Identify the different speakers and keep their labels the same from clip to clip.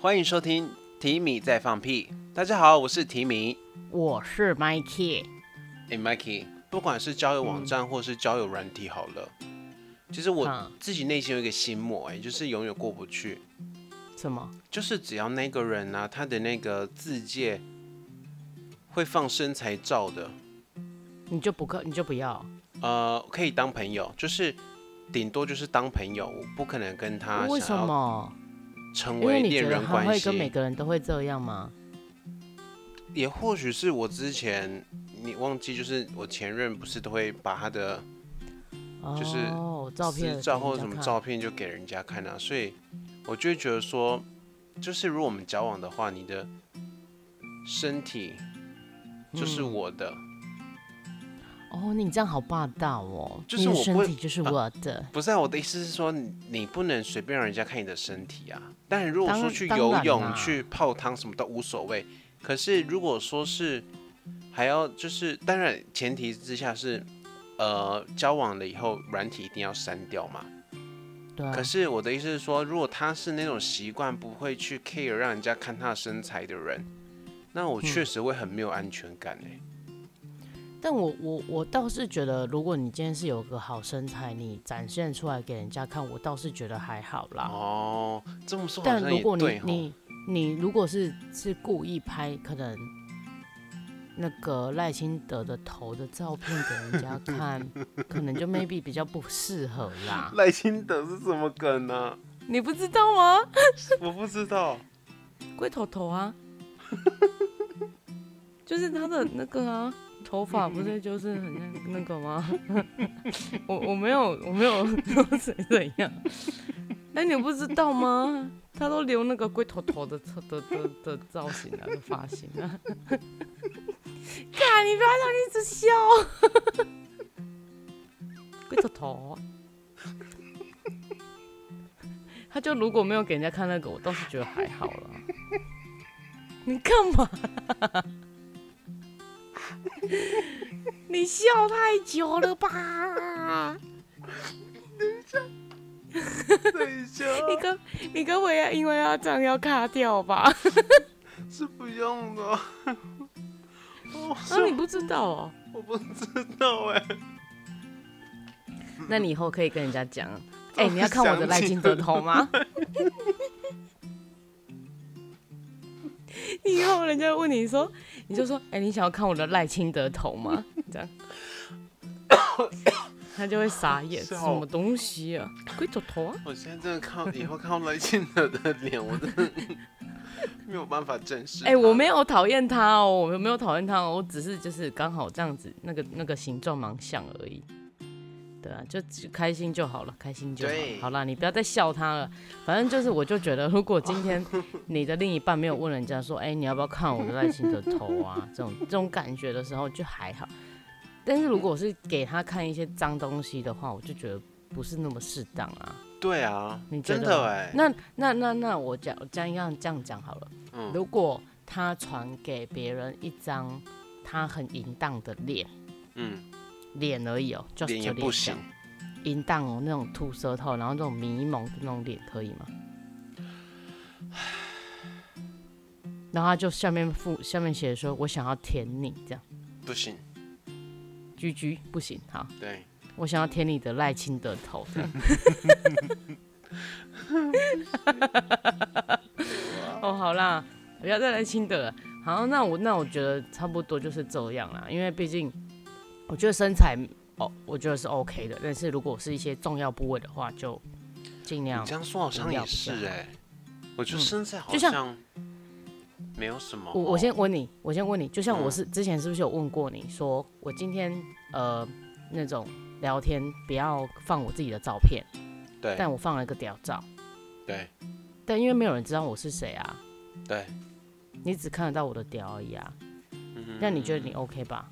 Speaker 1: 欢迎收听提米在放屁。大家好，我是提米。
Speaker 2: 我是 Mikey，
Speaker 1: 哎、m i k e y 不管是交友网站或是交友软体，好了，其实我
Speaker 2: 嗯
Speaker 1: 自己内心有一个心魔、哎，就是永远过不去。
Speaker 2: 什么？
Speaker 1: 就是只要那个人呢、他的那个字界会放身材照的，
Speaker 2: 你就不可，你就不要？
Speaker 1: 呃，可以当朋友，就是顶多就是当朋友，我不可能跟他
Speaker 2: 为什
Speaker 1: 想要
Speaker 2: 么？
Speaker 1: 成
Speaker 2: 因为
Speaker 1: 为
Speaker 2: 你
Speaker 1: 恋
Speaker 2: 觉得
Speaker 1: 人
Speaker 2: 他
Speaker 1: 关
Speaker 2: 会跟每
Speaker 1: 系。
Speaker 2: 个人都会这样吗？
Speaker 1: 也或许是我之前你忘记，就是我前任不是都会把他的就是
Speaker 2: 哦，照片
Speaker 1: 私照
Speaker 2: 给
Speaker 1: 或者
Speaker 2: 人
Speaker 1: 什
Speaker 2: 家
Speaker 1: 么
Speaker 2: 看嗯
Speaker 1: 照片就给人家看啊，所以我就会觉得说，就是如果我们交往的话，你的身体就是
Speaker 2: 嗯
Speaker 1: 我的，
Speaker 2: 哦，你这样好霸道哦！
Speaker 1: 就是
Speaker 2: 你的
Speaker 1: 我
Speaker 2: 身
Speaker 1: 不会
Speaker 2: 体就是
Speaker 1: 啊
Speaker 2: 我的，
Speaker 1: 不是、啊、我的意思是说，你你不能随便让人家看你的身体啊。但如果
Speaker 2: 当
Speaker 1: 说去
Speaker 2: 当
Speaker 1: 游
Speaker 2: 然
Speaker 1: 泳、
Speaker 2: 啦
Speaker 1: 去泡汤什么都无所谓，可是如果说是还要就是，当然前提之下是，呃，交往了以后软体一定要删掉嘛。
Speaker 2: 对啊
Speaker 1: 可是我的意思是说，如果他是那种习惯不会去 care 让人家看他的身材的人，那我
Speaker 2: 嗯
Speaker 1: 确实会很没有安全感哎、
Speaker 2: 但我我我倒是觉得，如果你今天是有个好身材，你展现出来给人家看，我倒是觉得还好啦。
Speaker 1: 哦，这么说好
Speaker 2: 啊但
Speaker 1: 像
Speaker 2: 如
Speaker 1: 也
Speaker 2: 果
Speaker 1: 对
Speaker 2: 你
Speaker 1: 吼
Speaker 2: 你你如果是是故意拍，可能那个赖清德的头的照片给人家 看，可能就 maybe 比较不适合啦。
Speaker 1: 赖清德是什么梗呢、
Speaker 2: 你不知道吗？
Speaker 1: 我不知道。
Speaker 2: 龟头头啊， 就是他的那个啊，头发不是就是很像那个吗？ 我我没有我没有 说谁怎样，那你不知道吗？他都留那个龟头头的的的的造型啊，的发型啊。 看，你不要让你一直笑。 龟头头。 他就如果没有给人家看那个，我倒是觉得还好了。你干嘛？ 你笑太久了吧？
Speaker 1: 等一 下，
Speaker 2: 你可你可不可以因为要这样要卡掉吧？
Speaker 1: 是不用的。我
Speaker 2: 啊，你不知道哦、
Speaker 1: 我不知道哎、
Speaker 2: 那你以后可以跟人家讲，
Speaker 1: 这
Speaker 2: 哎、
Speaker 1: 么
Speaker 2: 你要看我的赖金德头吗？ 你以后人家问你说，你就说，哎、你想要看我的赖清德头吗？ 这样，他就会傻眼，什
Speaker 1: 笑
Speaker 2: 么东西啊？龟头头啊？
Speaker 1: 我现在真的看到以后看到赖清德的脸，我真的 没有办法正视。
Speaker 2: 哎、我没有讨厌他哦，我没有讨厌他哦，我只是就是刚好这样子，那个那个形状蛮像而已。对啊，就只开心就好了，开心就好了
Speaker 1: 对。
Speaker 2: 好啦，你不要再笑他了。反正就是，我就觉得，如果今天 你的另一半没有问人家说，哎、你要不要看我的赖清德头啊？这种这种感觉的时候就还好。但是如果是给他看一些脏东西的话，我就觉得不是那么适当啊。
Speaker 1: 对啊，
Speaker 2: 你觉
Speaker 1: 真
Speaker 2: 得
Speaker 1: 的哎、
Speaker 2: 那那那那我讲这样样这样讲好了，
Speaker 1: 嗯
Speaker 2: 如果他传给别人一张他很淫荡的脸，
Speaker 1: 嗯，
Speaker 2: 脸而已哦、就
Speaker 1: 脸也
Speaker 2: 就
Speaker 1: 不
Speaker 2: 脸
Speaker 1: 行
Speaker 2: 这样，淫荡哦、那种吐舌头，然后那种迷蒙的那种脸 可以吗？然后他就下面附下面写说，我想要舔你这样，
Speaker 1: 不行，
Speaker 2: 居居不行，好，
Speaker 1: 对，
Speaker 2: 我想要舔你的赖清德头这样。 哦，好啦，不要再来清德了。好，那我那我觉得差不多就是这样啦，因为毕竟我觉得身材哦，我觉得是 OK 的，但是如果是一些重要部位的话，就尽
Speaker 1: 你
Speaker 2: 量
Speaker 1: 这样说好像
Speaker 2: 不要
Speaker 1: 也
Speaker 2: 不
Speaker 1: 是
Speaker 2: 要
Speaker 1: 哎、我觉得
Speaker 2: 嗯
Speaker 1: 身材好
Speaker 2: 就像
Speaker 1: 像没有什么哦。
Speaker 2: 我我先问你，我先问你，就像
Speaker 1: 嗯
Speaker 2: 我是、之前是不是有问过你说，我今天呃那种聊天不要放我自己的照片，
Speaker 1: 对
Speaker 2: 但我放了一个屌照，
Speaker 1: 对
Speaker 2: 但因为没有人知道我是谁啊，
Speaker 1: 对，
Speaker 2: 你只看得到我的屌而已啊。
Speaker 1: 嗯
Speaker 2: 那你觉得你 OK 吧？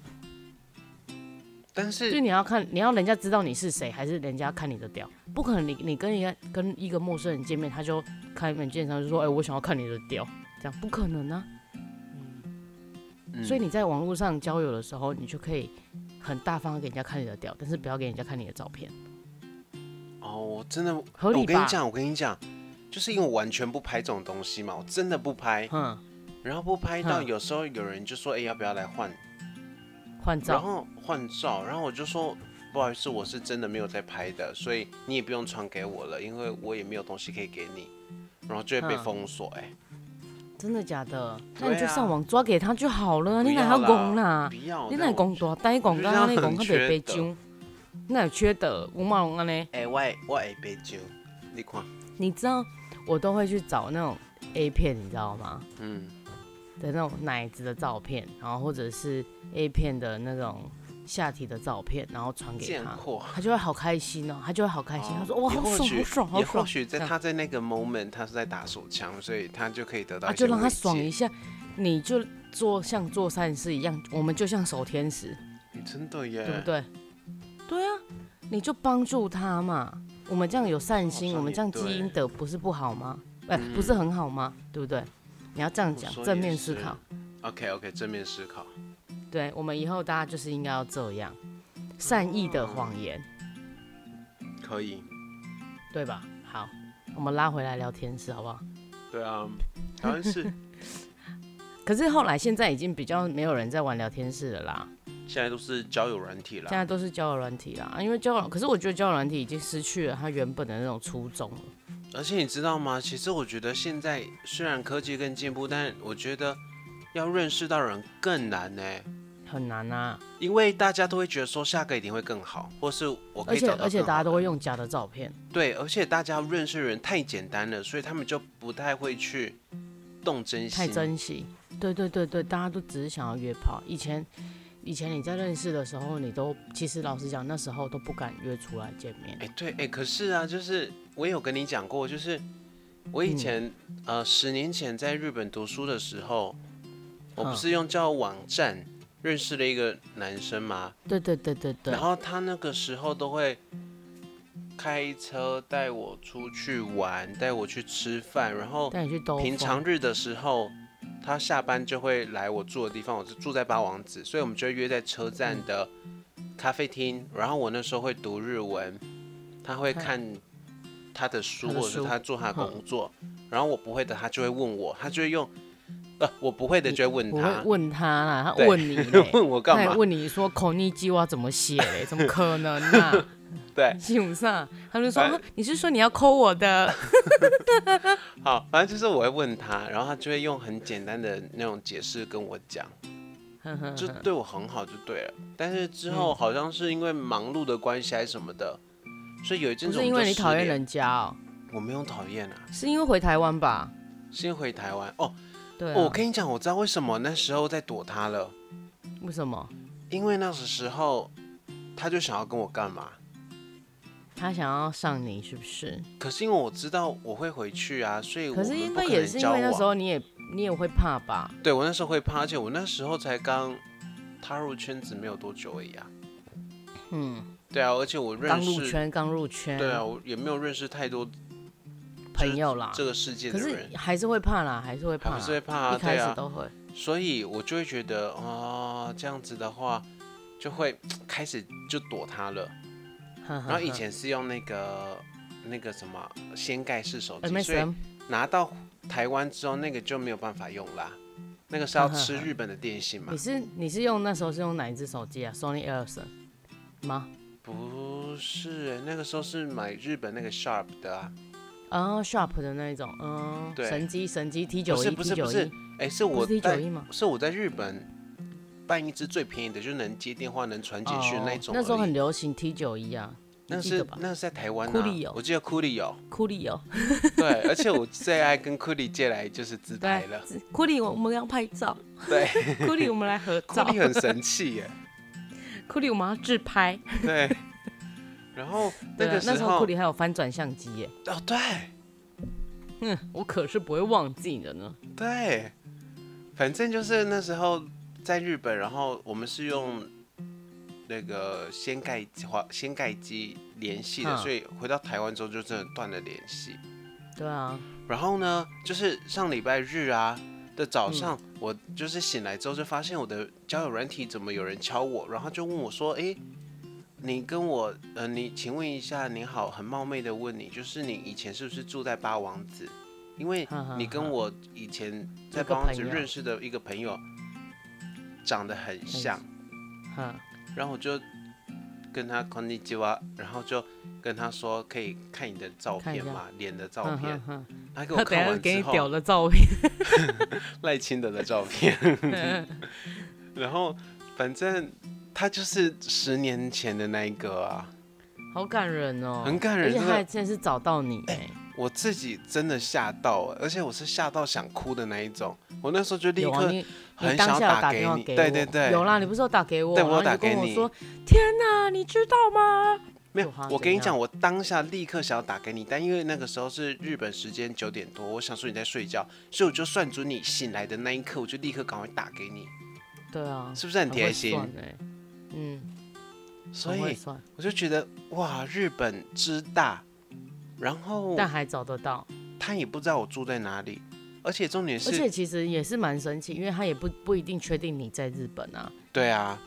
Speaker 1: 但
Speaker 2: 就是是你要看，你要人家知道你是谁，还是人家看你的屌？不可能你，你跟人家跟一个陌生人见面，他就开门见山就说：“哎、我想要看你的屌。”这样不可能啊！
Speaker 1: 嗯
Speaker 2: 所以你在网络上交友的时候，你就可以很大方地给人家看你的屌，但是不要给人家看你的照片，
Speaker 1: 哦，我真的
Speaker 2: 合
Speaker 1: 我
Speaker 2: 理
Speaker 1: 跟你
Speaker 2: 吧？
Speaker 1: 讲，我跟你讲，就是因为我完全不拍这种东西嘛，我真的不 拍，
Speaker 2: 哼，
Speaker 1: 然后不拍到
Speaker 2: 嗯
Speaker 1: 有时候有人就说，哎、要不要来换？
Speaker 2: 换
Speaker 1: 然
Speaker 2: 照，
Speaker 1: 后换照，然后我就说。不好意思，我是真的没有在拍的，所以你也不用传给我了，因为我也没有东西可以给你，然后就会被
Speaker 2: 嗯
Speaker 1: 封锁、哎、
Speaker 2: 真的假的？那
Speaker 1: 对
Speaker 2: 你就
Speaker 1: 啊
Speaker 2: 上网抓给他就好了，
Speaker 1: 不
Speaker 2: 哦你哪
Speaker 1: 要
Speaker 2: 还要
Speaker 1: 啦
Speaker 2: 讲啦？
Speaker 1: 不要，
Speaker 2: 你
Speaker 1: 那
Speaker 2: 哪
Speaker 1: 我
Speaker 2: 讲大呆讲，刚刚那讲较袂被上，那有缺德，吴马龙安尼。
Speaker 1: 哎、我会我会白酒，你看，
Speaker 2: 你知道我都会去找那种 A 片，你知道吗？
Speaker 1: 嗯，
Speaker 2: 的那种奶子的照片，然后或者是 A 片的那种下体的照片，然后传给
Speaker 1: 贱
Speaker 2: 他，
Speaker 1: 货。
Speaker 2: 他就会好开心哦，他就会好开心。他说
Speaker 1: 哦
Speaker 2: 哇，
Speaker 1: 也
Speaker 2: 好
Speaker 1: 或
Speaker 2: 爽，
Speaker 1: 许
Speaker 2: 好爽，好
Speaker 1: 也或
Speaker 2: 爽。
Speaker 1: 许在
Speaker 2: 这样
Speaker 1: 他在那个 moment 他是在打手枪，所以他就可以得到
Speaker 2: 啊，
Speaker 1: 一些
Speaker 2: 就让他
Speaker 1: 慰
Speaker 2: 爽
Speaker 1: 藉
Speaker 2: 一。下，你就做像做善事一样，我们就像守天使，
Speaker 1: 你真的耶，
Speaker 2: 对不？对？对啊，你就帮助他嘛。我们这样有善
Speaker 1: 哦好
Speaker 2: 心，
Speaker 1: 像
Speaker 2: 我们这样
Speaker 1: 也对
Speaker 2: 积阴德不是不好吗？哎、
Speaker 1: 嗯
Speaker 2: 不是很好吗？对不对？你要这样讲
Speaker 1: 我，说
Speaker 2: 正
Speaker 1: 哦也
Speaker 2: 面思
Speaker 1: 是
Speaker 2: 考。。
Speaker 1: OK OK，正面思考。
Speaker 2: 对我们以后大家就是应该要这样，善意的谎言，
Speaker 1: 可以。
Speaker 2: 对吧？好，我们拉回来聊天使好不好？
Speaker 1: 对啊，好像是
Speaker 2: 可是后来现在已经比较没有人在玩聊天室了啦，
Speaker 1: 现在都是交友软体
Speaker 2: 现在
Speaker 1: 啦。
Speaker 2: 都是交友软体啦。啊因为交友，可是我觉得交友软体已经失去了它原本的那种初衷了。
Speaker 1: 而且你知道吗？其实我觉得现在虽然科技更进步，但我觉得要认识到人更难欸呢、
Speaker 2: 很难啊，
Speaker 1: 因为大家都会觉得说下个一定会更好，或是我哦可
Speaker 2: 而
Speaker 1: 以
Speaker 2: 且
Speaker 1: 找到
Speaker 2: 而且
Speaker 1: 更
Speaker 2: 大
Speaker 1: 好
Speaker 2: 家都
Speaker 1: 的
Speaker 2: 会用假的照片，
Speaker 1: 对，而且大家认识的人太简单了，所以他们就不太会去动真心。
Speaker 2: 太珍惜。对对对对，大家都只是想要约炮。以前以前你在认识的时候，你都其实老实讲，那时候都不敢约出来见面
Speaker 1: 哎、。对，哎、可是啊，就是我也有跟你讲过，就是我以
Speaker 2: 嗯
Speaker 1: 前、呃十年前在日本读书的时候，我不
Speaker 2: 嗯
Speaker 1: 是用交友网站认识了一个男生嘛，
Speaker 2: 对对对对对
Speaker 1: 然，后他那个时候都会开车带我出去玩，带我去吃饭，然后
Speaker 2: 带你去兜风。
Speaker 1: 平常日
Speaker 2: 嗯
Speaker 1: 的时候，他下班就会来我住的地方，我是住在八王子，所以我们就会约在车
Speaker 2: 嗯
Speaker 1: 站的咖啡厅。然后我那时候会读日文，他会
Speaker 2: 嗨
Speaker 1: 看他的书，
Speaker 2: 嗯他的
Speaker 1: 或者是
Speaker 2: 书嗯
Speaker 1: 他做他的工作。然后我不会的，他就会问我，他就会用，呃，我不会的就会问
Speaker 2: 我嗯会
Speaker 1: 他，
Speaker 2: 问他啦，他
Speaker 1: 对，
Speaker 2: 问你嘞
Speaker 1: 问我
Speaker 2: 他
Speaker 1: 干
Speaker 2: 还
Speaker 1: 嘛？
Speaker 2: 问你说口尼基哇怎么写嘞？怎么可能啊？
Speaker 1: 对，
Speaker 2: 信不上，他们就说、
Speaker 1: 哎
Speaker 2: 啊你是说你要抠我的？
Speaker 1: 好，反正就是我会问他，然后他就会用很简单的那种解释跟我讲。就对我很好就对了。但是之
Speaker 2: 嗯
Speaker 1: 后好像是因为忙碌的关系还是什么的，所以有一阵
Speaker 2: 不
Speaker 1: 子
Speaker 2: 是
Speaker 1: 我
Speaker 2: 因
Speaker 1: 们
Speaker 2: 为
Speaker 1: 就
Speaker 2: 你
Speaker 1: 失
Speaker 2: 讨厌
Speaker 1: 联，
Speaker 2: 人家哦、
Speaker 1: 我没有讨厌啊，
Speaker 2: 是因为回台湾吧？
Speaker 1: 先回台湾哦。
Speaker 2: 对、啊
Speaker 1: 哦我跟你讲，我知道为什么那时候在躲他了，
Speaker 2: 为什么
Speaker 1: 因为那时候他就想要跟我干嘛，
Speaker 2: 他想要上你是不是？
Speaker 1: 可是因为我知道我会回去啊，所以我
Speaker 2: 可是
Speaker 1: 们
Speaker 2: 应
Speaker 1: 不
Speaker 2: 该
Speaker 1: 可
Speaker 2: 也
Speaker 1: 能
Speaker 2: 是因
Speaker 1: 交
Speaker 2: 为那
Speaker 1: 往
Speaker 2: 时候你也你也会怕吧？
Speaker 1: 对我那时候会怕，而且我那时候才刚踏入圈子没有多久而已啊。
Speaker 2: 嗯，
Speaker 1: 对啊，而且我认
Speaker 2: 刚入
Speaker 1: 识，
Speaker 2: 圈，刚入圈，
Speaker 1: 对啊，我也没有认识太多
Speaker 2: 朋友啦。
Speaker 1: 这个世界
Speaker 2: 可
Speaker 1: 的
Speaker 2: 是
Speaker 1: 人，
Speaker 2: 还是会怕啦，还是会怕啦，
Speaker 1: 还是会怕啊
Speaker 2: 一开
Speaker 1: 对啊
Speaker 2: 始都会。
Speaker 1: 所以我就会觉得哦，这样子的话，就会开始就躲他了。然
Speaker 2: 然
Speaker 1: 后以前是用那个那个什么掀盖式手
Speaker 2: 哎
Speaker 1: 机，所以
Speaker 2: MSM
Speaker 1: 拿到台湾之后，那个就没有办法用啦。那个是要
Speaker 2: 嗯哼哼
Speaker 1: 吃
Speaker 2: 哼
Speaker 1: 日本的电信嘛
Speaker 2: 你？是你是用那时候是用哪一只手机啊？Sony Ericsson 吗？
Speaker 1: 不是、那个时候是买日本那个 Sharp 的啊。
Speaker 2: 哦、s h a r p 的那一种，嗯，
Speaker 1: 对
Speaker 2: 神机神机 T
Speaker 1: 不
Speaker 2: 九
Speaker 1: 是
Speaker 2: 一
Speaker 1: 不
Speaker 2: T
Speaker 1: 是不
Speaker 2: 九
Speaker 1: 是
Speaker 2: 一，
Speaker 1: 哎，是我
Speaker 2: 不是 T 九
Speaker 1: 在
Speaker 2: 一吗？
Speaker 1: 是我在日本办一支最便宜的，就能接电话、能传简讯的那
Speaker 2: 哦
Speaker 1: 种而已。
Speaker 2: 那时候很流行 T 九一啊，
Speaker 1: 那
Speaker 2: 你记
Speaker 1: 是
Speaker 2: 得吧
Speaker 1: 那是在台湾
Speaker 2: 库里
Speaker 1: 啊
Speaker 2: 有，
Speaker 1: 我记得库里有。
Speaker 2: 库里哦，
Speaker 1: 对，而且我最爱跟库里借来就是自拍了。
Speaker 2: 库里我们要拍照，
Speaker 1: 对，
Speaker 2: 库里我们来合
Speaker 1: 库
Speaker 2: 照，
Speaker 1: 里很神气耶。
Speaker 2: 库里我们要自拍。
Speaker 1: 对，然后那
Speaker 2: 对啊
Speaker 1: 个时
Speaker 2: 那时候
Speaker 1: 候
Speaker 2: 库里还有翻转相机耶，
Speaker 1: 哦，对
Speaker 2: 哼，我可是不会忘记的呢。
Speaker 1: 对，反正就是那时候在日本，然后我们是用那个掀盖滑掀盖机联系的，
Speaker 2: 嗯
Speaker 1: 所以回到台湾之后就真的断了联系。
Speaker 2: 对啊，
Speaker 1: 然后呢，就是上礼拜日啊的早上，我就是醒来之后就发现我的交友软体怎么有人敲我，然后就问我说：“诶，你跟我，呃，你请问一下，你好，很冒昧的问你，就是你以前是不是住在八王子？因为
Speaker 2: 哈哈
Speaker 1: 你跟
Speaker 2: 哈
Speaker 1: 我以前在
Speaker 2: 有嗯个
Speaker 1: 八王子
Speaker 2: 朋友
Speaker 1: 认识的一个朋友长得很像，
Speaker 2: 哈，
Speaker 1: 然后我就跟他 k o n n i c 然后就跟他说可以看你的照
Speaker 2: 看一
Speaker 1: 片
Speaker 2: 下
Speaker 1: 吗？脸的照
Speaker 2: 哈
Speaker 1: 片，
Speaker 2: 哈哈
Speaker 1: 他给我
Speaker 2: 他等
Speaker 1: 看
Speaker 2: 下
Speaker 1: 完
Speaker 2: 给
Speaker 1: 之
Speaker 2: 你屌
Speaker 1: 后，
Speaker 2: 的照 片，
Speaker 1: 赖清德的照片， 然后反正他就是十年前的那一个啊，
Speaker 2: 好感人哦，
Speaker 1: 很感
Speaker 2: 而
Speaker 1: 人，
Speaker 2: 且
Speaker 1: 真
Speaker 2: 他还
Speaker 1: 的，
Speaker 2: 真的是找到你哎、
Speaker 1: 我自己真的吓到，欸而且我是吓到想哭的那一种，我那时候就立
Speaker 2: 有啊，
Speaker 1: 刻
Speaker 2: 你
Speaker 1: 很
Speaker 2: 你当
Speaker 1: 想
Speaker 2: 下有
Speaker 1: 打给
Speaker 2: 电话
Speaker 1: 你
Speaker 2: 给我，
Speaker 1: 对对对
Speaker 2: 有啦，你不是有打给我，
Speaker 1: 对
Speaker 2: 然
Speaker 1: 我有
Speaker 2: 后你
Speaker 1: 打
Speaker 2: 就跟
Speaker 1: 给
Speaker 2: 我
Speaker 1: 你
Speaker 2: 说，天哪，你知道吗？
Speaker 1: 没有
Speaker 2: 有啊，
Speaker 1: 我跟
Speaker 2: 怎
Speaker 1: 你讲，
Speaker 2: 样
Speaker 1: 我当下立刻想要打给你，但因为那个时候是日本时间九点多，我想说你在睡觉，所以我就算准你醒来的那一刻，我就立刻赶快打给你，
Speaker 2: 对啊，
Speaker 1: 是不是很贴
Speaker 2: 会
Speaker 1: 心？
Speaker 2: 算哎、嗯，
Speaker 1: 所
Speaker 2: 很会
Speaker 1: 以
Speaker 2: 算，
Speaker 1: 我就觉得哇，日本之大，然后
Speaker 2: 但还找得到，
Speaker 1: 他也不知道我住在哪里，而且重点
Speaker 2: 而且
Speaker 1: 是，
Speaker 2: 其实也是蛮神奇，因为他也不不一定确定你在日本啊，
Speaker 1: 对啊，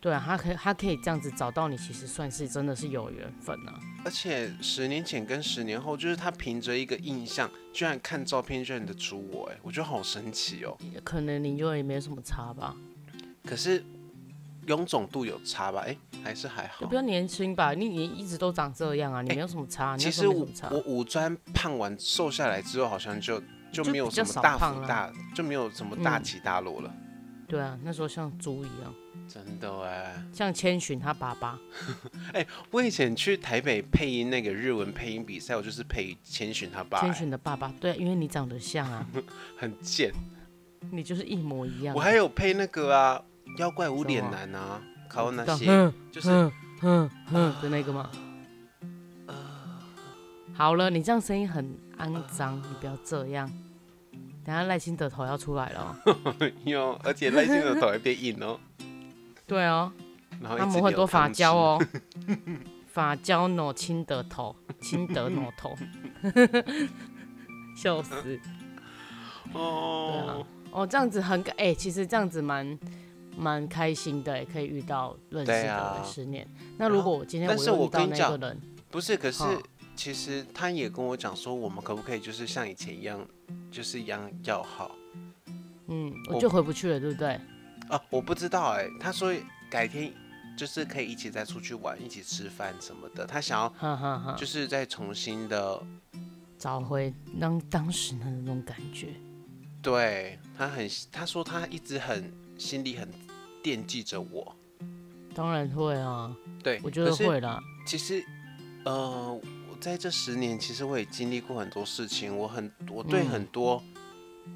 Speaker 2: 对啊，他可以他可以这样子找到你，其实算是真的是有缘分啊。
Speaker 1: 而且十年前跟十年后，就是他凭着一个印象，居然看照片认得出我，哎，我觉得好神奇哦。
Speaker 2: 可能你就也没什么差吧，
Speaker 1: 可是臃肿度有差吧？哎，还是还
Speaker 2: 就
Speaker 1: 好
Speaker 2: 比。较年轻吧。你你一直都长这样啊，你
Speaker 1: 哎
Speaker 2: 没有什么差，你
Speaker 1: 其
Speaker 2: 那时
Speaker 1: 实
Speaker 2: 候没
Speaker 1: 我
Speaker 2: 什么差
Speaker 1: 我。五专胖完瘦下来之后，好像就就
Speaker 2: 就
Speaker 1: 没有
Speaker 2: 比较
Speaker 1: 什么
Speaker 2: 少
Speaker 1: 大
Speaker 2: 胖
Speaker 1: 幅
Speaker 2: 了
Speaker 1: 大，就没有什么大
Speaker 2: 嗯
Speaker 1: 起大落了。
Speaker 2: 对啊，那时候像猪一样，
Speaker 1: 真的哎，
Speaker 2: 像千寻他爸爸。
Speaker 1: 我以前去台北配音那个日文配音比赛，我就是配千寻他爸
Speaker 2: 千
Speaker 1: 欸，
Speaker 2: 寻的爸爸，对，因为你长得 像啊，
Speaker 1: 很贱。
Speaker 2: 你就是一模一样啊。
Speaker 1: 我还有配那个啊，妖怪无
Speaker 2: 什
Speaker 1: 脸
Speaker 2: 么
Speaker 1: 男啊，考
Speaker 2: 知
Speaker 1: 那
Speaker 2: 道
Speaker 1: 些
Speaker 2: 嗯
Speaker 1: 就是
Speaker 2: 嗯嗯嗯的那个吗？
Speaker 1: 呃
Speaker 2: 好了，你这样声音很肮脏，你不要这样。等下赖清德头要出来了 哦。
Speaker 1: 哟，而且赖清德头还变硬哦，
Speaker 2: 对哦，
Speaker 1: 然后一
Speaker 2: 他
Speaker 1: 直
Speaker 2: 们会
Speaker 1: 流
Speaker 2: 多发
Speaker 1: 汤汁
Speaker 2: 胶。哦，发胶挪清德头， 清德挪头， 笑死。
Speaker 1: 哦，
Speaker 2: 哦，这样子很感哎、其实这样子蛮蛮开心的、哎，可以遇到认识
Speaker 1: 对
Speaker 2: 的
Speaker 1: 啊
Speaker 2: 人十年。那如果我今天
Speaker 1: 但是
Speaker 2: 又
Speaker 1: 我
Speaker 2: 遇到
Speaker 1: 跟你
Speaker 2: 那
Speaker 1: 讲
Speaker 2: 个人，
Speaker 1: 不是，可是
Speaker 2: 哦
Speaker 1: 其实他也跟我讲说，我们可不可以就是像以前一样，就是一样要好
Speaker 2: 嗯，
Speaker 1: 我
Speaker 2: 我就回不去了，对不对？
Speaker 1: 啊？我不知道哎、他说改天就是可以一起再出去玩，一起吃饭什么的。他想要
Speaker 2: 哈哈哈
Speaker 1: 就，是再重新的，
Speaker 2: 找回当当时的那种感觉。
Speaker 1: 对他很，他说他一直很心里很惦记着我。
Speaker 2: 当然会啊，
Speaker 1: 对，
Speaker 2: 我觉
Speaker 1: 欸可
Speaker 2: 得
Speaker 1: 是
Speaker 2: 会啦。
Speaker 1: 其实，呃，我在这十年，其实我也经历过很多事情，我很我对
Speaker 2: 嗯
Speaker 1: 很多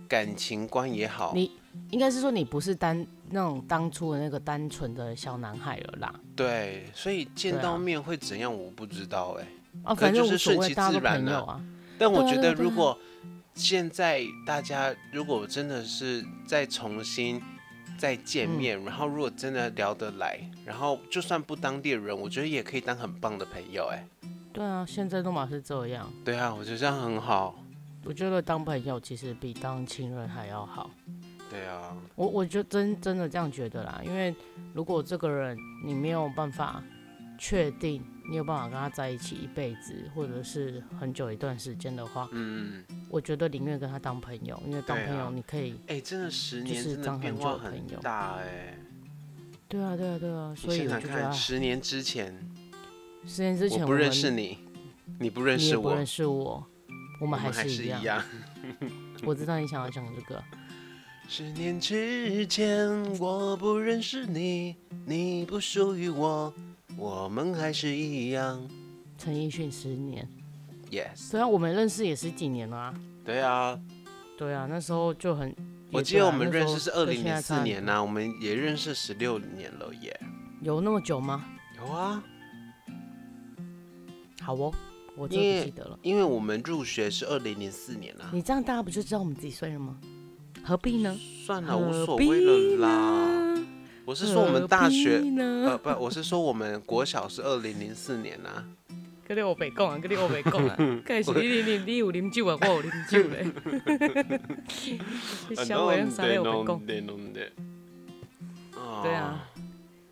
Speaker 1: 感情观也好，
Speaker 2: 你应该是说你不是单那种当初的那个单纯的小男孩了啦。
Speaker 1: 对，所以见
Speaker 2: 对啊
Speaker 1: 到面会怎样，我不知道哎、
Speaker 2: 啊，
Speaker 1: 可能
Speaker 2: 反正
Speaker 1: 就是
Speaker 2: 无所
Speaker 1: 顺
Speaker 2: 谓，
Speaker 1: 其
Speaker 2: 大家
Speaker 1: 自
Speaker 2: 都
Speaker 1: 然
Speaker 2: 朋
Speaker 1: 啊
Speaker 2: 友啊。
Speaker 1: 但我
Speaker 2: 对啊
Speaker 1: 觉
Speaker 2: 对
Speaker 1: 得，
Speaker 2: 啊对
Speaker 1: 如
Speaker 2: 啊
Speaker 1: 果现在大家如果真的是再重新再见
Speaker 2: 嗯
Speaker 1: 面，然后如果真的聊得来，然后就算不当地人，我觉得也可以当很棒的朋友哎、
Speaker 2: 对啊，现在都嘛是这样。
Speaker 1: 对啊，我觉得这样很好。
Speaker 2: 我觉得当朋友其实比当亲人还要好。
Speaker 1: 对啊，
Speaker 2: 我我就真真的这样觉得啦，因为如果这个人你没有办法确定你有办法跟他在一起一辈子，或者是很久一段时间的话，
Speaker 1: 嗯，
Speaker 2: 我觉得宁愿跟他当朋友，因为当
Speaker 1: 对啊
Speaker 2: 朋友你可以，
Speaker 1: 哎、真的十
Speaker 2: 就
Speaker 1: 年
Speaker 2: 是
Speaker 1: 真的
Speaker 2: 当
Speaker 1: 变
Speaker 2: 很
Speaker 1: 化
Speaker 2: 久的
Speaker 1: 很
Speaker 2: 朋友
Speaker 1: 大哎、
Speaker 2: 对啊对啊对啊，
Speaker 1: 你
Speaker 2: 所以
Speaker 1: 想
Speaker 2: 我
Speaker 1: 想
Speaker 2: 就觉得
Speaker 1: 看，
Speaker 2: 啊
Speaker 1: 十年之前
Speaker 2: 十年之前
Speaker 1: 我
Speaker 2: 我
Speaker 1: 不
Speaker 2: 们
Speaker 1: 认识你，你不认
Speaker 2: 你
Speaker 1: 识
Speaker 2: 也不
Speaker 1: 我
Speaker 2: 认，识我，我
Speaker 1: 我们
Speaker 2: 们还
Speaker 1: 还
Speaker 2: 是
Speaker 1: 是
Speaker 2: 一
Speaker 1: 一
Speaker 2: 样。
Speaker 1: 样。
Speaker 2: 我知道你想要讲这个，
Speaker 1: 十年之前，我不认识你，你不属于我，我们还是一样。
Speaker 2: 陈奕迅十年，
Speaker 1: Yes，
Speaker 2: 虽然我们认识也十几年了啊，
Speaker 1: 对啊，
Speaker 2: 对啊，那时候就很，
Speaker 1: 我
Speaker 2: 也
Speaker 1: 记
Speaker 2: 对
Speaker 1: 得
Speaker 2: 啊
Speaker 1: 我们
Speaker 2: 那时
Speaker 1: 认
Speaker 2: 候
Speaker 1: 识是二
Speaker 2: 跟
Speaker 1: 零
Speaker 2: 现在
Speaker 1: 零
Speaker 2: 差
Speaker 1: 四
Speaker 2: 很
Speaker 1: 年呐、啊我们也认识十六年了耶。
Speaker 2: 有那么久吗？
Speaker 1: 有啊，
Speaker 2: 好哦，我真
Speaker 1: 因
Speaker 2: 的
Speaker 1: 为
Speaker 2: 不记得了。
Speaker 1: 因为我们入学是二零零四年啊。
Speaker 2: 你这样大家不就知道我们几岁了吗？何必呢？
Speaker 1: 算了，
Speaker 2: 何
Speaker 1: 无所
Speaker 2: 必
Speaker 1: 谓了啦。
Speaker 2: 呢？
Speaker 1: 我是说我们大
Speaker 2: 何必
Speaker 1: 学，呃，
Speaker 2: 呢？
Speaker 1: 不，我是说我们国小是二零零四年呐、啊。
Speaker 2: 跟你我北讲啊，跟你我北讲 啊，开始你你你有啉酒啊，我有啉酒嘞。
Speaker 1: 啊
Speaker 2: 你小伟让三六北讲，
Speaker 1: 对啊
Speaker 2: 对啊。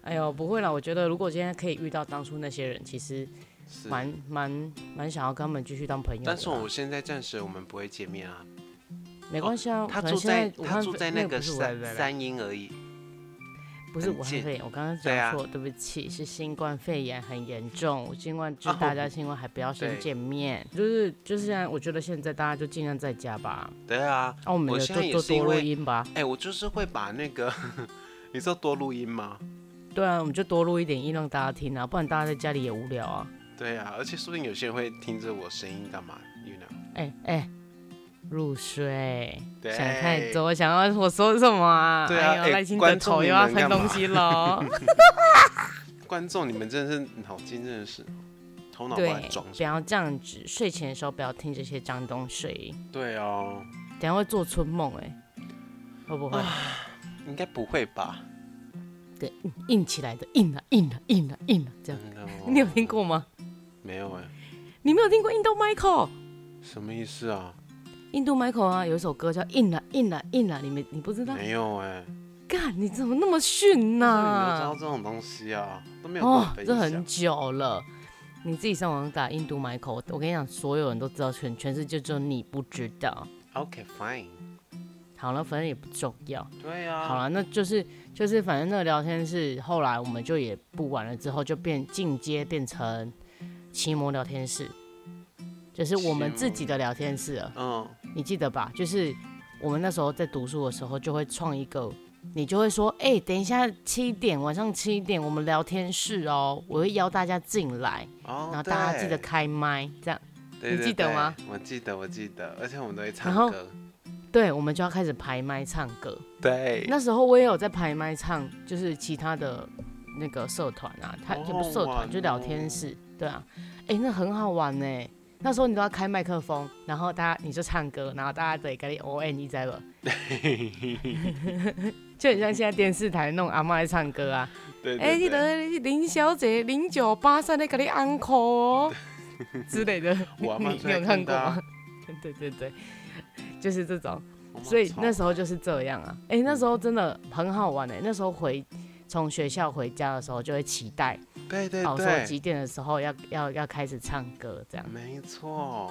Speaker 2: 哎、哎呦，不会啦，我觉得如果今天可以遇到当初那些人，其实
Speaker 1: 是，
Speaker 2: 蛮蛮蛮想要跟他们继续当朋友的啊。
Speaker 1: 但是我现在暂时我们不会见面啊。
Speaker 2: 没关系啊，
Speaker 1: 哦他
Speaker 2: 可能
Speaker 1: 住
Speaker 2: 现
Speaker 1: 在
Speaker 2: 武
Speaker 1: 他
Speaker 2: 汉
Speaker 1: 住
Speaker 2: 肺
Speaker 1: 在
Speaker 2: 那
Speaker 1: 个
Speaker 2: 不是武汉
Speaker 1: 三
Speaker 2: 肺炎
Speaker 1: 三英而已，
Speaker 2: 不是
Speaker 1: 很
Speaker 2: 武汉
Speaker 1: 近
Speaker 2: 肺炎，我刚刚
Speaker 1: 对啊
Speaker 2: 讲错，对不起，是新冠肺炎很严重，新冠就
Speaker 1: 啊
Speaker 2: 大家新冠还不要先
Speaker 1: 对
Speaker 2: 见面，就是就是现在，我觉得现在大家就尽量在家吧，
Speaker 1: 对啊。
Speaker 2: 那、我们
Speaker 1: 我
Speaker 2: 就
Speaker 1: 现在也
Speaker 2: 多多
Speaker 1: 是因
Speaker 2: 多录
Speaker 1: 为
Speaker 2: 音吧，
Speaker 1: 哎、我就是会把那个，你说多录音吗？
Speaker 2: 对啊，我们就多录一点音让大家听啊，不然大家在家里也无聊啊，
Speaker 1: 对啊，而且说不定有些人会听着我声音干嘛，you know？
Speaker 2: 哎哎，入睡，
Speaker 1: 对，
Speaker 2: 想太多，想要我说什么啊？
Speaker 1: 对啊
Speaker 2: 哎
Speaker 1: 哎
Speaker 2: 呦，赖清德
Speaker 1: 观众
Speaker 2: 头
Speaker 1: 你
Speaker 2: 又要
Speaker 1: 们
Speaker 2: 喷
Speaker 1: 干嘛
Speaker 2: 东西喽，
Speaker 1: 观众，你们真的是脑筋真的是头脑
Speaker 2: 对
Speaker 1: 乱，撞
Speaker 2: 不要这样子，睡前的时候不要听这些脏东西。
Speaker 1: 对哦，
Speaker 2: 等一下会做春梦哎、会不会、
Speaker 1: 啊应该不会吧？
Speaker 2: 硬起来的硬啊硬啊硬
Speaker 1: 哦
Speaker 2: 啊硬啊这样？
Speaker 1: 真的、
Speaker 2: 你有听？过吗？
Speaker 1: 没有哎、
Speaker 2: 你没有听过印度 Michael？
Speaker 1: 什么意思啊？
Speaker 2: 印度 Michael 啊，有一首歌叫硬啊硬啊硬啊，你没你不知道？
Speaker 1: 没有哎、
Speaker 2: 干，你怎么那么逊呐、哦
Speaker 1: 那你都知道这种东西啊，都没有跟我分
Speaker 2: 啊这
Speaker 1: 享。
Speaker 2: 很久了。你自己上网打印度 Michael，我跟你讲，所有人都知道，全全世界只有你不知道。
Speaker 1: OK fine，
Speaker 2: 好了，反正也不重要。
Speaker 1: 对啊，
Speaker 2: 好了，那就是就是，反正那个聊天室后来我们就也不玩了，之后就变进阶变成奇摩聊天室，就是我们自己的聊天室了，
Speaker 1: 嗯，
Speaker 2: 你记得吧？就是我们那时候在读书的时候就会创一个，你就会说，哎、等一下七点晚上七点我们聊天室哦，我会邀大家进来，
Speaker 1: 哦，
Speaker 2: 然后大家记
Speaker 1: 对
Speaker 2: 得开麦，这样，
Speaker 1: 对
Speaker 2: 你
Speaker 1: 对
Speaker 2: 记得吗
Speaker 1: 对我记得，我记得，而且我们都会唱
Speaker 2: 然后
Speaker 1: 歌。
Speaker 2: 对，我们就要开始排麦唱歌。
Speaker 1: 对，
Speaker 2: 那时候我也有在排麦唱，就是其他的那个社团啊，他
Speaker 1: 好
Speaker 2: 就不是社
Speaker 1: 好哦玩
Speaker 2: 团就聊天室，对啊，哎、那很好玩呢、那时候你都要开麦克风，然后大家你就唱歌，然后大家在跟你 O N 你在了， 就很像现在电视台那种阿妈在唱歌啊，
Speaker 1: 对
Speaker 2: 哎、
Speaker 1: 对
Speaker 2: 你
Speaker 1: 对，
Speaker 2: 的林小姐零九八三在跟你 uncle 哦之类的，你
Speaker 1: 我阿嬷
Speaker 2: 你
Speaker 1: 最
Speaker 2: 有
Speaker 1: 爱
Speaker 2: 看
Speaker 1: 看
Speaker 2: 过
Speaker 1: 的啊
Speaker 2: 吗？ 对对对，就是这种。
Speaker 1: 我嗯妈
Speaker 2: 所以那
Speaker 1: 超
Speaker 2: 时候就是这样啊。哎、那时候真的很好玩哎、那时候回从学校回家的时候，就会期待
Speaker 1: 对对
Speaker 2: 好说
Speaker 1: 对，
Speaker 2: 几点的时候要要要开始唱歌，这样
Speaker 1: 没错，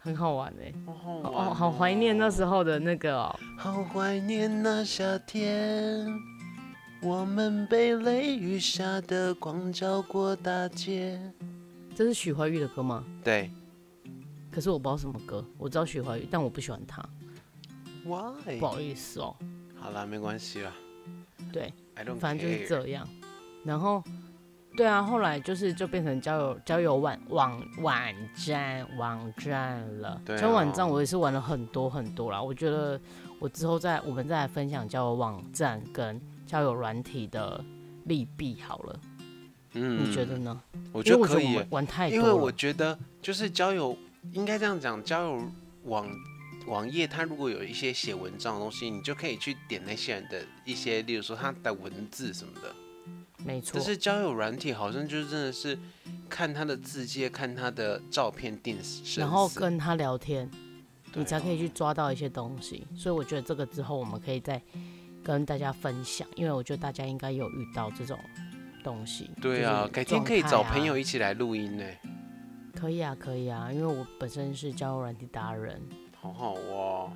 Speaker 2: 很好玩哎、
Speaker 1: 好嗯好
Speaker 2: 哦
Speaker 1: 玩
Speaker 2: 哦，好怀念那时候的那个哦、
Speaker 1: 候，好怀念那夏天，我们被雷雨下的光照过大街。
Speaker 2: 这是许怀玉的歌吗？
Speaker 1: 对
Speaker 2: 可是我不知道什么歌，我知道许怀玉，但我不喜欢他，
Speaker 1: ，Why？
Speaker 2: 不好意思哦、
Speaker 1: 好啦，没关系啦。
Speaker 2: 对，
Speaker 1: I don't care。
Speaker 2: 反正就是这样。然后，对啊，后来就是就变成交友交友网网网站网站了。
Speaker 1: 对啊
Speaker 2: 交友网站我也是玩了很多很多啦。我觉得我之后再我们再来分享交友网站跟交友软体的利弊好了，
Speaker 1: 嗯
Speaker 2: 你觉得？呢？
Speaker 1: 我
Speaker 2: 因
Speaker 1: 觉得
Speaker 2: 为我
Speaker 1: 可
Speaker 2: 觉得
Speaker 1: 以
Speaker 2: 我
Speaker 1: 耶
Speaker 2: 们，玩太多
Speaker 1: 因
Speaker 2: 了，
Speaker 1: 为我觉得就是交友，应该这样讲，交友网网页它如果有一些写文章的东西，你就可以去点那些人的一些，例如说他的文字什么的。
Speaker 2: 没错
Speaker 1: 但，是交友软体好像就是真的是看他的字界，看他的照片定死，
Speaker 2: 然后跟他聊天，
Speaker 1: 对
Speaker 2: 你才可以去
Speaker 1: 哦
Speaker 2: 抓到一些东西。所以我觉得这个之后我们可以再跟大家分享，因为我觉得大家应该有遇到这种东西。
Speaker 1: 对
Speaker 2: 就
Speaker 1: 啊
Speaker 2: 是，
Speaker 1: 改天可以
Speaker 2: 状
Speaker 1: 找
Speaker 2: 态啊
Speaker 1: 朋友。一起来录音呢，
Speaker 2: 可以啊，可以啊，因为我本身是交友软体达人，
Speaker 1: 好好哦，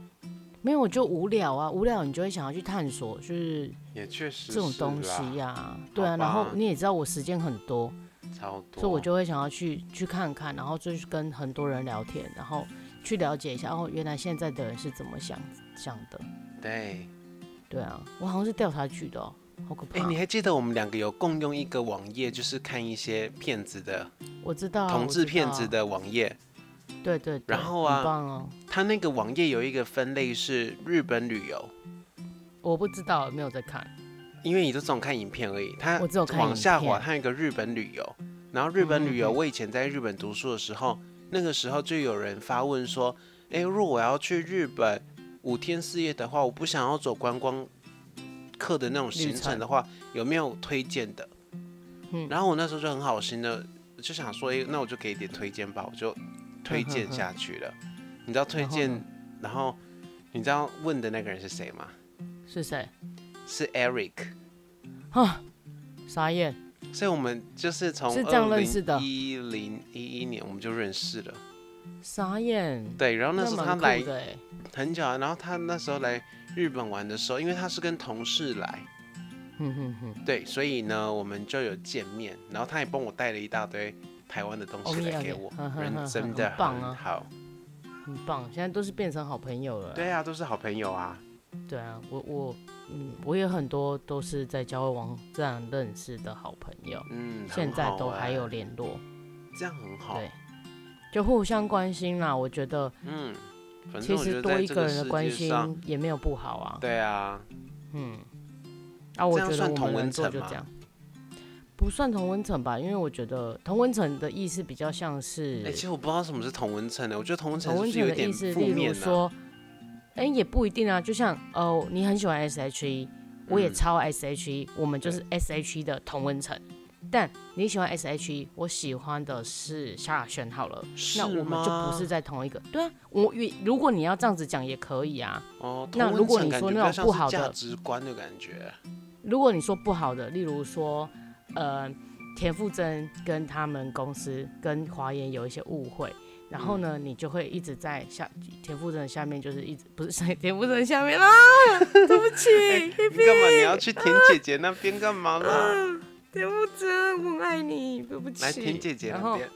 Speaker 2: 没有我就无聊啊，无聊你就会想要去探索，就是
Speaker 1: 也确实
Speaker 2: 这种
Speaker 1: 是
Speaker 2: 东西
Speaker 1: 啦
Speaker 2: 呀、对啊，
Speaker 1: 好吧
Speaker 2: 然后你也知道我时间很多，
Speaker 1: 超多，
Speaker 2: 所以我就会想要去去看看，然后就是跟很多人聊天，然后去了解一下哦，原来现在的人是怎么想想的。
Speaker 1: 对。
Speaker 2: 对啊，我好像是调查局的、哦，好可
Speaker 1: 哎、
Speaker 2: 怕。
Speaker 1: 你还记得我们两个有共用一个网页，就是看一些骗子的、
Speaker 2: 我知道啊
Speaker 1: 同志骗子，
Speaker 2: 我知道
Speaker 1: 的网页。
Speaker 2: 啊对对对，
Speaker 1: 然后啊
Speaker 2: 很棒哦，
Speaker 1: 它那个网页有一个分类是日本旅游，
Speaker 2: 我不知道，没有在看，
Speaker 1: 因为你都只有看影片而已。它
Speaker 2: 我只有看影
Speaker 1: 往下滑，
Speaker 2: 片
Speaker 1: 它有一个日本旅游，然后日本旅游，
Speaker 2: 嗯嗯嗯
Speaker 1: 我以前在日本读书的时候，那个时候就有人发问说：“哎、如果我要去日本五天四夜的话，我不想要走观光客的那种行程的话，有没有推荐的？”
Speaker 2: 嗯
Speaker 1: 然后我那时候就很好心的就想说：“哎、那我就给一点推荐吧。”我就推荐下去了。你知道推
Speaker 2: 嗯然后
Speaker 1: 荐
Speaker 2: 呢，
Speaker 1: 然后你知道问的那个人是谁吗？
Speaker 2: 是谁？
Speaker 1: 是 Eric。
Speaker 2: 傻眼，
Speaker 1: 所以我们就是从
Speaker 2: 是这样认识的
Speaker 1: 一零一一年我们就认识了。
Speaker 2: 傻眼。
Speaker 1: 对，然后哦那时候他
Speaker 2: 蛮酷
Speaker 1: 来
Speaker 2: 的欸
Speaker 1: 很久啊，然后他那时候来日本玩的时候，因为他是跟同事来，
Speaker 2: 哼哼哼，
Speaker 1: 对，所以呢我们就有见面，然后他也帮我带了一大堆台湾的东西来给我
Speaker 2: Oh, yeah, yeah.
Speaker 1: 人真的
Speaker 2: 很棒
Speaker 1: 很
Speaker 2: 啊
Speaker 1: 好。
Speaker 2: 很棒，现在都是变成好朋友了。
Speaker 1: 对啊，都是好朋友啊。
Speaker 2: 对啊，我我嗯，我也很多都是在交友网站认识的好朋友，
Speaker 1: 嗯，
Speaker 2: 现在
Speaker 1: 很好
Speaker 2: 都
Speaker 1: 欸
Speaker 2: 还有联络，
Speaker 1: 这样很好。
Speaker 2: 对，就互相关心啦。我觉得
Speaker 1: 嗯，反
Speaker 2: 其
Speaker 1: 正我觉
Speaker 2: 实
Speaker 1: 得
Speaker 2: 多
Speaker 1: 在
Speaker 2: 一
Speaker 1: 这
Speaker 2: 个
Speaker 1: 个
Speaker 2: 人
Speaker 1: 世
Speaker 2: 的关
Speaker 1: 界上，
Speaker 2: 心也嗯没有不好啊。
Speaker 1: 对啊，
Speaker 2: 嗯，啊，我
Speaker 1: 这样
Speaker 2: 觉得
Speaker 1: 算
Speaker 2: 我
Speaker 1: 同
Speaker 2: 们
Speaker 1: 温
Speaker 2: 能做
Speaker 1: 层
Speaker 2: 就
Speaker 1: 吗
Speaker 2: 这样，不算同温层吧，因为我觉得同温层的意思比较像是
Speaker 1: 哎、其实我不知道什么是同文层的，我觉得同文层
Speaker 2: 同
Speaker 1: 是不是有
Speaker 2: 温层
Speaker 1: 一
Speaker 2: 的
Speaker 1: 点
Speaker 2: 意思，
Speaker 1: 负
Speaker 2: 例如
Speaker 1: 面啊？
Speaker 2: 说，哎、也不一定啊。就像哦，你很喜欢 S.H.E，我也
Speaker 1: 嗯
Speaker 2: 超 S.H.E，、我们就是 S.H.E 的同温层。但你喜欢 S.H.E，我喜欢的是萧亚轩，好了，
Speaker 1: 是
Speaker 2: 那我们就不
Speaker 1: 吗
Speaker 2: 是在同一个。对啊，我与如果你要这样子讲也可以啊。
Speaker 1: 哦，
Speaker 2: 那
Speaker 1: 同温
Speaker 2: 如果
Speaker 1: 层
Speaker 2: 你
Speaker 1: 感
Speaker 2: 说
Speaker 1: 觉
Speaker 2: 那
Speaker 1: 比较像
Speaker 2: 种不
Speaker 1: 是
Speaker 2: 好
Speaker 1: 价
Speaker 2: 的
Speaker 1: 值观的感觉，
Speaker 2: 如果你说不好的，例如说，呃，田馥甄跟他们公司跟华研有一些误会，然后呢，你就会一直在下田馥甄的下面，就是一直不是 在田馥甄的下面 啦，对不起，
Speaker 1: 你干嘛？你要去田姐姐那边干嘛啦？
Speaker 2: 田馥甄，我很爱你，对不起。
Speaker 1: 来田姐姐
Speaker 2: 然
Speaker 1: 那
Speaker 2: 后
Speaker 1: 边，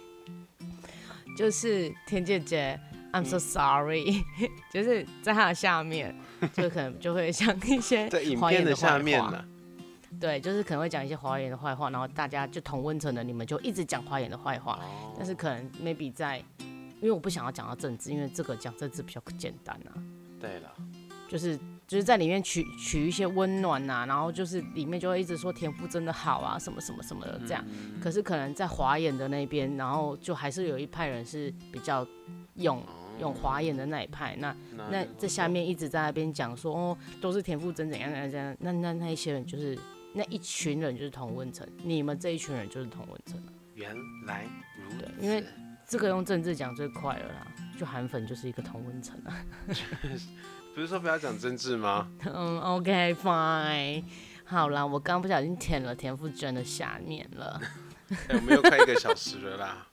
Speaker 2: 就是田姐姐，I'm
Speaker 1: 嗯
Speaker 2: so sorry，、就是 在她的下 面，就可能就会像一些
Speaker 1: 在影
Speaker 2: 华
Speaker 1: 片
Speaker 2: 研
Speaker 1: 的
Speaker 2: 的坏
Speaker 1: 下面
Speaker 2: 话
Speaker 1: 呢、
Speaker 2: 对，就是可能会讲一些华研的坏话，然后大家就同温层的，你们就一直讲华研的坏话，
Speaker 1: 哦，
Speaker 2: 但是可能 maybe 在，因为我不想要讲到政治，因为这个讲政治比较简单啊，
Speaker 1: 对了，
Speaker 2: 就是就是在里面取取一些温暖呐、然后就是里面就会一直说田馥甄的好啊，什么什么什么的这样。可是可能在华研的那边，然后就还是有一派人是比较用用华研的那一派，那
Speaker 1: 啊
Speaker 2: 那在下面一直在那边讲说哦，都是田馥甄怎样怎样怎样，那那那一些人就是那一群人就是同温层，你们这一群人就是同温层，
Speaker 1: 原来如
Speaker 2: 对
Speaker 1: 此，，
Speaker 2: 因为这个用政治讲最快了啦，就韩粉就是一个同温层啊。
Speaker 1: 不是说不要讲政治吗？
Speaker 2: 嗯，OK fine，好啦，我刚不小心舔了田馥甄的下面了，
Speaker 1: 哎、我们又快一个小时了 啦。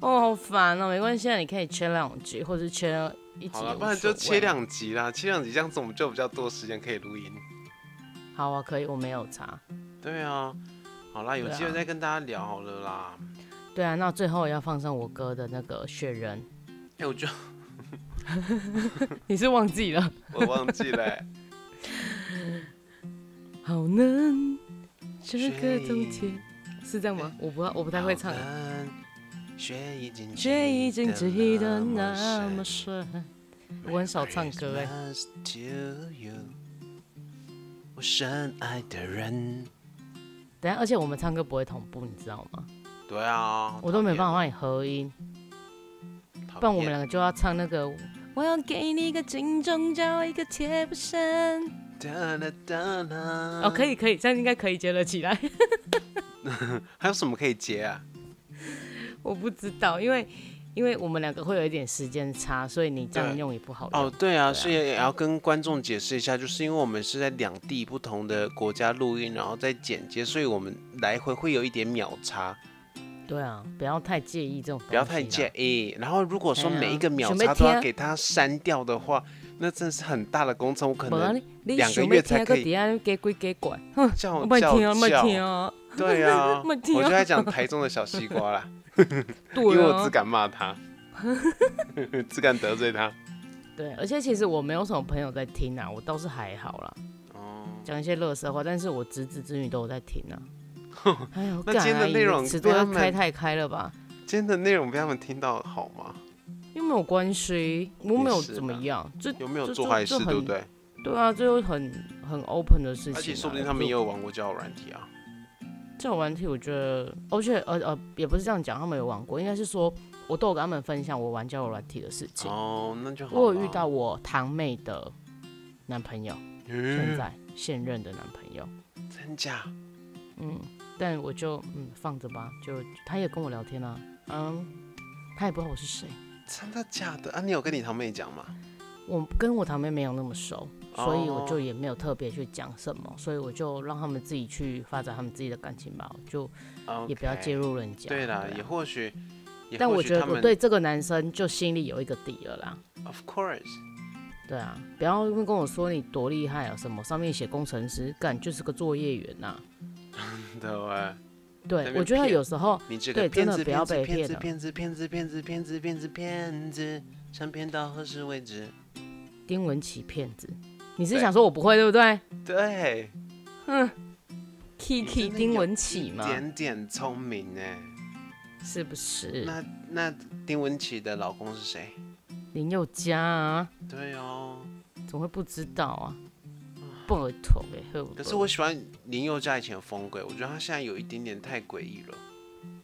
Speaker 2: 哦，好烦哦，没关系啊，你可以切两集或者是切一集
Speaker 1: 好
Speaker 2: 也无所谓，啊
Speaker 1: 了，不然就切两集啦，切两集这样子我们就比较多时间可以录音。
Speaker 2: 好啊，可以，我没有查。
Speaker 1: 对啊，好啦，有
Speaker 2: 对啊
Speaker 1: 机会再跟大家聊好了啦。
Speaker 2: 对啊，那最后要放上我哥的那个雪人，
Speaker 1: 哎、我就
Speaker 2: 你是忘记了？
Speaker 1: 我忘记了、欸，
Speaker 2: 好难，这个冬
Speaker 1: 雪
Speaker 2: 天是这样吗？我不我不太会唱
Speaker 1: 嗯好。难。雪已经
Speaker 2: 雪已经积得那
Speaker 1: 那
Speaker 2: 么
Speaker 1: 么深。
Speaker 2: 深，我很少唱歌哎、
Speaker 1: Christmas to you，我深爱的人。
Speaker 2: 等一下，而且我们唱歌不会同步，你知道吗？
Speaker 1: 对啊，
Speaker 2: 我都没办
Speaker 1: 法，
Speaker 2: 法帮你合音，
Speaker 1: 讨厌
Speaker 2: 不然我们两个就要唱那个。我要给你一个金钟罩，一个贴布衫。
Speaker 1: 哒啦哒啦
Speaker 2: 哦，可。以可以，这样应该可以接了起来。
Speaker 1: 还有什么可以接啊？
Speaker 2: 我不知道，因为因为我们两个会有一点时间差，所以你这样
Speaker 1: 对
Speaker 2: 用也不好用。
Speaker 1: 哦，对啊，所以也要跟观众解释一下，就是因为我们是在两地不同的国家录音，然后再剪接，所以我们来回会有一点秒差，
Speaker 2: 对啊，不要太介意这种，
Speaker 1: 不要太介。意。然后如果说
Speaker 2: 哎呀
Speaker 1: 每一个秒
Speaker 2: 准备
Speaker 1: 差都
Speaker 2: 听
Speaker 1: 要
Speaker 2: 啊
Speaker 1: 给它删掉的话，那真是很大的工程，我可
Speaker 2: 不然
Speaker 1: 能
Speaker 2: 你你
Speaker 1: 两个
Speaker 2: 想要
Speaker 1: 月才
Speaker 2: 听
Speaker 1: 可以
Speaker 2: 还底下给鬼给拐，
Speaker 1: 叫
Speaker 2: 没
Speaker 1: 叫
Speaker 2: 听啊，没听
Speaker 1: 叫，
Speaker 2: 啊，
Speaker 1: 对啊，
Speaker 2: 没听
Speaker 1: 我就
Speaker 2: 啊，
Speaker 1: 在讲台中的小西瓜啦，因为
Speaker 2: 对
Speaker 1: 我只
Speaker 2: 啊，
Speaker 1: 敢骂 他，只敢得罪他。
Speaker 2: 对，而且其实我没有什么朋友在听啊，我倒是还好啦，
Speaker 1: 哦，
Speaker 2: 讲一些乐色话，但是我侄子侄女都有在听 啊。哎呦，
Speaker 1: 那
Speaker 2: 干
Speaker 1: 今天的
Speaker 2: 阿姨
Speaker 1: 内容
Speaker 2: 尺度
Speaker 1: 被他
Speaker 2: 要
Speaker 1: 们
Speaker 2: 开太开了吧？
Speaker 1: 今天的内容被他们听到好吗？
Speaker 2: 又没有关系，我没有
Speaker 1: 也是
Speaker 2: 怎么
Speaker 1: 啦
Speaker 2: 样，这
Speaker 1: 有没有
Speaker 2: 就
Speaker 1: 做
Speaker 2: 就
Speaker 1: 坏
Speaker 2: 就
Speaker 1: 事，对不
Speaker 2: 很
Speaker 1: 对？
Speaker 2: 对啊，这就很很 open 的事情、啊。
Speaker 1: 而且说不定他们也
Speaker 2: 有。
Speaker 1: 有玩过交友软体啊。
Speaker 2: 这种玩题，我觉得，而且呃呃，也不是这样讲，他们有玩过，应该是说我都有跟他们分享我玩交友软体的事情。
Speaker 1: 哦，那就好。
Speaker 2: 我有遇到，我堂妹的男朋友，现
Speaker 1: 嗯，
Speaker 2: 在现任的男朋友，
Speaker 1: 真假？
Speaker 2: 嗯，但我就嗯放着吧，就他也跟我聊天啊，嗯，他也不知道我是谁，
Speaker 1: 真的假的啊？你有跟你堂妹讲吗？
Speaker 2: 我跟我堂妹没有那么熟，所以
Speaker 1: 哦
Speaker 2: 我就也没有特别去讲什么，所以我就让他们自己去发展他们自己的感情吧，我就也不要介入人家。
Speaker 1: 啊对啦，
Speaker 2: 啊
Speaker 1: 也或许，也
Speaker 2: 但
Speaker 1: 或
Speaker 2: 我
Speaker 1: 许
Speaker 2: 觉得
Speaker 1: 他
Speaker 2: 我
Speaker 1: 们
Speaker 2: 对这个男生就心里有一个底了啦。
Speaker 1: ，of course，
Speaker 2: 对啊，不要因为跟我说你多厉害啊什么，上面写工程师，干就是个作业员呐、
Speaker 1: 对吧？在那
Speaker 2: 对，
Speaker 1: 边
Speaker 2: 我觉得
Speaker 1: 骗
Speaker 2: 有时候
Speaker 1: 你这
Speaker 2: 对
Speaker 1: 个
Speaker 2: 真
Speaker 1: 骗
Speaker 2: 的
Speaker 1: 子，
Speaker 2: 不要
Speaker 1: 骗子，
Speaker 2: 被
Speaker 1: 骗
Speaker 2: 骗
Speaker 1: 子，
Speaker 2: 了
Speaker 1: 骗子，骗子，骗子，骗子，骗子，骗子，想骗到何时为止？
Speaker 2: 丁文琪骗子，你是
Speaker 1: 对
Speaker 2: 想说我不会对不对
Speaker 1: 对你真
Speaker 2: ？Kiki
Speaker 1: 的
Speaker 2: 丁
Speaker 1: 有
Speaker 2: 文琪
Speaker 1: 一
Speaker 2: 嘛，
Speaker 1: 点点聪明哎。
Speaker 2: 是不是？
Speaker 1: 那那丁文琪的老公是谁？
Speaker 2: 林宥嘉啊，
Speaker 1: 对哦，
Speaker 2: 怎么会不知道啊？拜托哎，会不
Speaker 1: 可是
Speaker 2: 会
Speaker 1: 我喜欢林宥嘉以前的风格，我觉得他现在有一点点太诡异了。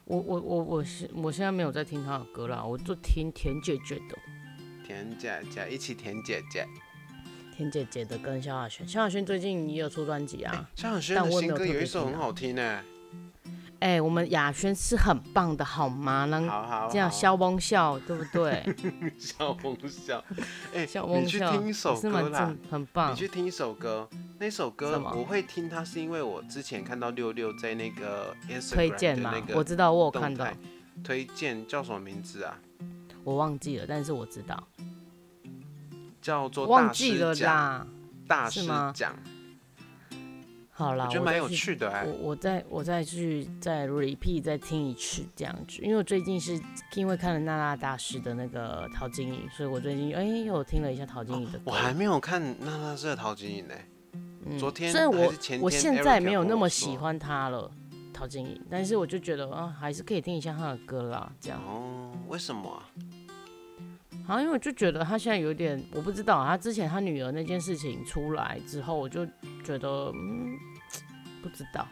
Speaker 2: 我我我我是我现在没有在听他的歌啦，我就听田姐姐的，
Speaker 1: 甜姐姐，一起甜姐姐。
Speaker 2: 田姐姐的跟萧亚轩，萧亚轩最近也有出专辑啊。
Speaker 1: 萧亚轩
Speaker 2: 但
Speaker 1: 的
Speaker 2: 我也
Speaker 1: 新
Speaker 2: 没有
Speaker 1: 歌
Speaker 2: 特
Speaker 1: 有一
Speaker 2: 别
Speaker 1: 首
Speaker 2: 听
Speaker 1: 很
Speaker 2: 啊
Speaker 1: 好听呢。
Speaker 2: 哎、我们亚轩是很棒的好吗？能
Speaker 1: 好啊好，
Speaker 2: 这样
Speaker 1: 好
Speaker 2: 肖崩笑，对不 对？
Speaker 1: 笑崩笑。哎，
Speaker 2: 笑
Speaker 1: 你
Speaker 2: 崩
Speaker 1: 去
Speaker 2: 笑
Speaker 1: 听一首
Speaker 2: 是蛮
Speaker 1: 歌啦
Speaker 2: 正，，很棒
Speaker 1: 你。去听一首歌，那首
Speaker 2: 嗯什
Speaker 1: 歌
Speaker 2: 么
Speaker 1: 我会听它，是因为我之前看到六六在那个 Instagram
Speaker 2: 推荐嘛
Speaker 1: 的那，个
Speaker 2: 我知道我有看
Speaker 1: 动
Speaker 2: 到
Speaker 1: 态，推荐叫什么名字啊？
Speaker 2: 我忘记了，但是我知道，
Speaker 1: 叫做
Speaker 2: 忘
Speaker 1: 大
Speaker 2: 记
Speaker 1: 师
Speaker 2: 了
Speaker 1: 奖，
Speaker 2: 啦。
Speaker 1: 大
Speaker 2: 是
Speaker 1: 师
Speaker 2: 吗
Speaker 1: 奖，
Speaker 2: 好啦，
Speaker 1: 我觉得蛮
Speaker 2: 再
Speaker 1: 有
Speaker 2: 去
Speaker 1: 趣的哎
Speaker 2: 我。我再我再去再 repeat 再听一次这样子，因为我最近是因为看了娜娜大师的那个陶晶莹，所以我最近哎又听了一下陶晶莹的歌。
Speaker 1: 我还没有看娜娜社陶晶莹呢，
Speaker 2: 嗯
Speaker 1: 哦昨天
Speaker 2: 虽然
Speaker 1: 还
Speaker 2: 我
Speaker 1: 是前
Speaker 2: 我
Speaker 1: 天
Speaker 2: 现在
Speaker 1: Erica
Speaker 2: 没有
Speaker 1: 跟
Speaker 2: 那
Speaker 1: 我
Speaker 2: 么
Speaker 1: 说
Speaker 2: 喜欢她了，陶晶莹，但是我就觉得啊还是可以听一下她的歌啦，这样。
Speaker 1: 哦，为什么啊？
Speaker 2: 好像因为我就觉得她现在有点我不知道，她之前她女儿那件事情出来之后，我就觉得嗯不知道。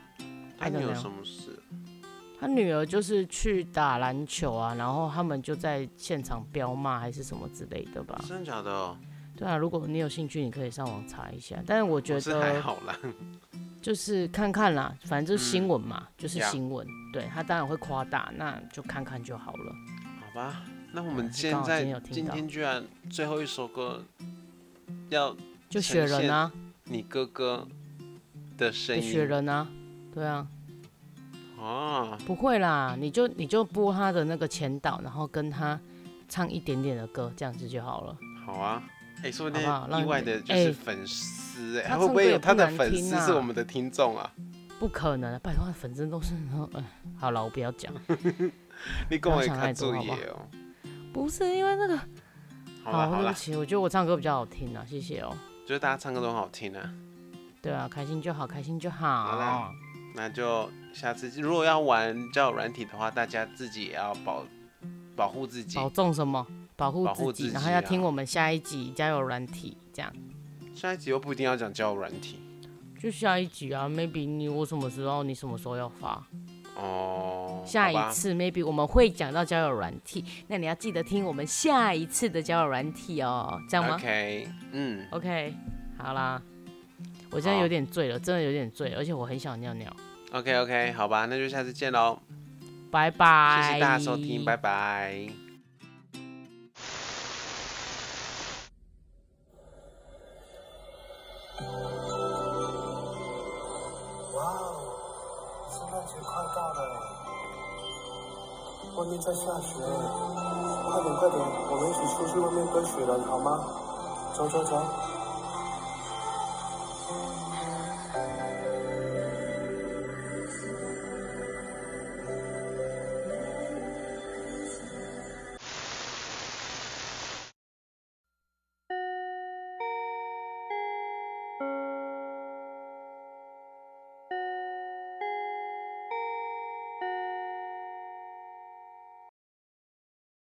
Speaker 1: 她
Speaker 2: I don't
Speaker 1: 有
Speaker 2: know
Speaker 1: 什么事？
Speaker 2: 他女儿就是去打篮球啊，然后他们就在现场飙骂还是什么之类的吧。
Speaker 1: 真的假的？
Speaker 2: 对啊，如果你有兴趣，你可以上网查一下。但是我觉
Speaker 1: 我哦是还
Speaker 2: 得
Speaker 1: 好啦，
Speaker 2: 就是看看啦，反正就是新闻嘛，就是
Speaker 1: 嗯呀
Speaker 2: 新闻。对他当然会夸大，那就看看就好了。
Speaker 1: 好吧。那我们
Speaker 2: 嗯
Speaker 1: 现
Speaker 2: 刚好今
Speaker 1: 在
Speaker 2: 天有听
Speaker 1: 今
Speaker 2: 到
Speaker 1: 天居然最后一首歌要
Speaker 2: 就雪人啊，
Speaker 1: 你哥哥的声
Speaker 2: 就雪
Speaker 1: 音
Speaker 2: 人啊，对啊，
Speaker 1: 啊，
Speaker 2: 不会啦，你就你就播他的那个前导，然后跟他唱一点点的歌，这样子就好了。
Speaker 1: 好啊，哎、说不定
Speaker 2: 好不好让
Speaker 1: 意
Speaker 2: 你
Speaker 1: 外
Speaker 2: 们
Speaker 1: 的就
Speaker 2: 哎
Speaker 1: 是粉丝、哎、
Speaker 2: 他
Speaker 1: 会不
Speaker 2: 唱歌
Speaker 1: 会
Speaker 2: 也
Speaker 1: 有他
Speaker 2: 不
Speaker 1: 的
Speaker 2: 难
Speaker 1: 粉
Speaker 2: 听
Speaker 1: 丝是
Speaker 2: 啊
Speaker 1: 我们的听众啊？
Speaker 2: 不可能，拜托，他的粉丝都是……哎好了，我不要讲。
Speaker 1: 你跟
Speaker 2: 不要
Speaker 1: 我也
Speaker 2: 想
Speaker 1: 看
Speaker 2: 太多
Speaker 1: 注
Speaker 2: 好
Speaker 1: 意
Speaker 2: 不好
Speaker 1: 哦。
Speaker 2: 不是因为那个，
Speaker 1: 好啦好
Speaker 2: 对
Speaker 1: 啦
Speaker 2: 不，起，我觉得我唱歌比较好听啊，谢谢哦。
Speaker 1: 就是大家唱歌都很好听啊，
Speaker 2: 对啊，开心就好，开心就
Speaker 1: 好
Speaker 2: 好
Speaker 1: 啦。那就下次如果要玩交友软体的话，大家自己也要保保护自己
Speaker 2: 保。重什么？保护
Speaker 1: 保护
Speaker 2: 自己，
Speaker 1: 自
Speaker 2: 然
Speaker 1: 己
Speaker 2: 后要
Speaker 1: 啊
Speaker 2: 听我们下一集加油软体，这样
Speaker 1: 下一集又不一定要讲交友软体
Speaker 2: 就下一集啊。Maybe 你我什么时候你什么时候要发？
Speaker 1: 哦，
Speaker 2: 下
Speaker 1: 好吧
Speaker 2: 一次 Maybe 我们会讲到交友软体，那你要记得听我们下一次的交友软体哦，这样吗
Speaker 1: OK，嗯，
Speaker 2: ？OK，好啦。我现在有
Speaker 1: 好
Speaker 2: 点醉了，真的有点醉，而且我很想尿尿。
Speaker 1: OK OK，好吧，那就下次见喽，
Speaker 2: 拜拜，
Speaker 1: 谢谢大家收听，拜拜。
Speaker 3: 哇哦，圣诞节快到了，外面在下雪，快点快点，我们一起出去外面堆雪人好吗？走走走。